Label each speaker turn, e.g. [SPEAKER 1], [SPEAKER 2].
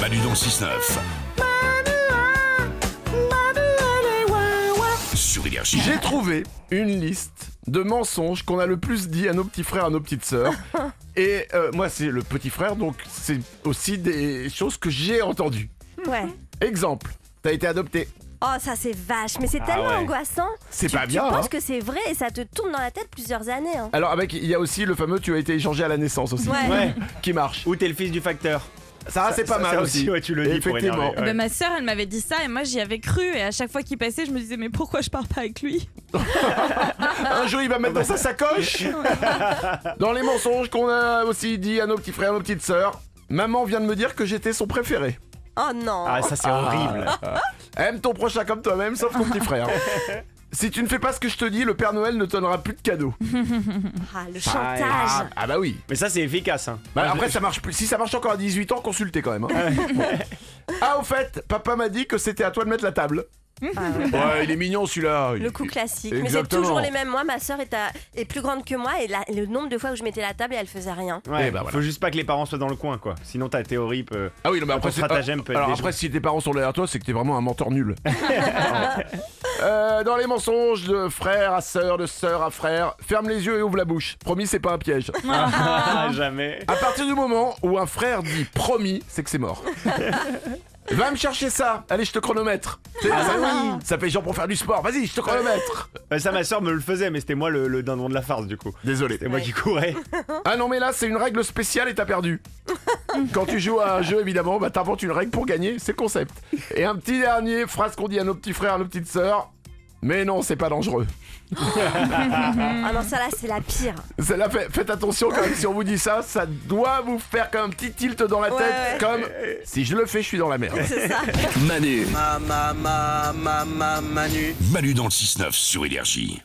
[SPEAKER 1] Manu dans le 6-9 sur Énergie.
[SPEAKER 2] J'ai trouvé une liste de mensonges qu'on a le plus dit à nos petits frères, à nos petites sœurs. Et euh, moi, c'est le petit frère, donc c'est aussi des choses que j'ai entendues.
[SPEAKER 3] Ouais.
[SPEAKER 2] Exemple, t'as été adopté.
[SPEAKER 3] Oh, ça c'est vache, mais c'est
[SPEAKER 2] Ah
[SPEAKER 3] tellement
[SPEAKER 2] ouais.
[SPEAKER 3] angoissant.
[SPEAKER 2] C'est
[SPEAKER 3] Tu-
[SPEAKER 2] pas bien,
[SPEAKER 3] Tu penses
[SPEAKER 2] hein.
[SPEAKER 3] que c'est vrai et ça te tourne dans la tête plusieurs années. hein.
[SPEAKER 2] Alors, avec, il y a aussi le fameux tu as été échangé à la naissance aussi.
[SPEAKER 3] Ouais.
[SPEAKER 4] Ouais.
[SPEAKER 2] Qui marche.
[SPEAKER 4] Ou t'es le fils du facteur.
[SPEAKER 2] Ça, c'est pas mal
[SPEAKER 4] ça
[SPEAKER 2] aussi.
[SPEAKER 4] ouais, tu le dis pour
[SPEAKER 2] Effectivement.
[SPEAKER 4] énerver, ouais.
[SPEAKER 5] Ben, ma sœur, elle m'avait dit ça et moi j'y avais cru et à chaque fois qu'il passait, je me disais mais pourquoi je pars pas avec lui
[SPEAKER 2] Un jour, il va mettre dans sa sacoche. dans les mensonges qu'on a aussi dit à nos petits frères, à nos petites sœurs. Maman vient de me dire que j'étais son préféré.
[SPEAKER 3] Oh non.
[SPEAKER 4] Ah, ça c'est horrible.
[SPEAKER 2] Aime ton prochain comme toi-même, sauf ton petit frère. Si tu ne fais pas ce que je te dis, le Père Noël ne te donnera plus de cadeaux.
[SPEAKER 3] Ah, le chantage.
[SPEAKER 2] Ah bah oui.
[SPEAKER 4] Mais ça c'est efficace. Hein.
[SPEAKER 2] Bah, après, ça marche plus. Si ça marche encore à 18 ans, consultez quand même. hein. Bon. Ah, au fait, papa m'a dit que c'était à toi de mettre la table. Ouais, il est mignon celui-là.
[SPEAKER 3] Le coup classique. Mais c'est
[SPEAKER 2] Exactement.
[SPEAKER 3] toujours les mêmes. Moi, ma sœur est, à- est plus grande que moi et la- le nombre de fois où je mettais la table et elle faisait rien.
[SPEAKER 4] Ouais,
[SPEAKER 2] Eh ben, voilà.
[SPEAKER 4] Faut juste pas que les parents soient dans le coin quoi. Sinon ta théorie peut.
[SPEAKER 2] Ah oui, non, mais après,
[SPEAKER 4] Ton
[SPEAKER 2] c'est-
[SPEAKER 4] stratagème peut être
[SPEAKER 2] Alors
[SPEAKER 4] déjoué.
[SPEAKER 2] après, si tes parents sont derrière toi, c'est que t'es vraiment un menteur nul. Euh, dans les mensonges de frère à sœur, de sœur à frère, ferme les yeux et ouvre la bouche. Promis, c'est pas un piège.
[SPEAKER 4] Ah, jamais.
[SPEAKER 2] À partir du moment où un frère dit promis, c'est que c'est mort. Va me chercher ça. Allez, je te chronomètre. C'est- ça, ça fait genre pour faire du sport. Vas-y, je te chronomètre.
[SPEAKER 4] Euh, ça ma soeur me le faisait mais c'était moi le, le dindon de la farce du coup.
[SPEAKER 2] Désolé.
[SPEAKER 4] C'était moi
[SPEAKER 3] Ouais.
[SPEAKER 4] qui courais.
[SPEAKER 2] Ah non, mais là, c'est une règle spéciale et t'as perdu. Quand tu joues à un jeu, évidemment, bah t'inventes une règle pour gagner. C'est le concept. Et un petit dernier, phrase qu'on dit à nos petits frères, à nos petites sœurs. Mais non, c'est pas dangereux.
[SPEAKER 3] Ah non, ça là, c'est la pire.
[SPEAKER 2] Celle-là, fait- faites attention quand même, si on vous dit ça, ça doit vous faire comme un petit tilt dans la tête,
[SPEAKER 3] Ouais, ouais.
[SPEAKER 2] comme si je le fais, je suis dans la merde.
[SPEAKER 3] C'est ça.
[SPEAKER 1] Manu,
[SPEAKER 6] ma ma ma ma ma Manu.
[SPEAKER 1] Manu dans le 6-9 sur Énergie.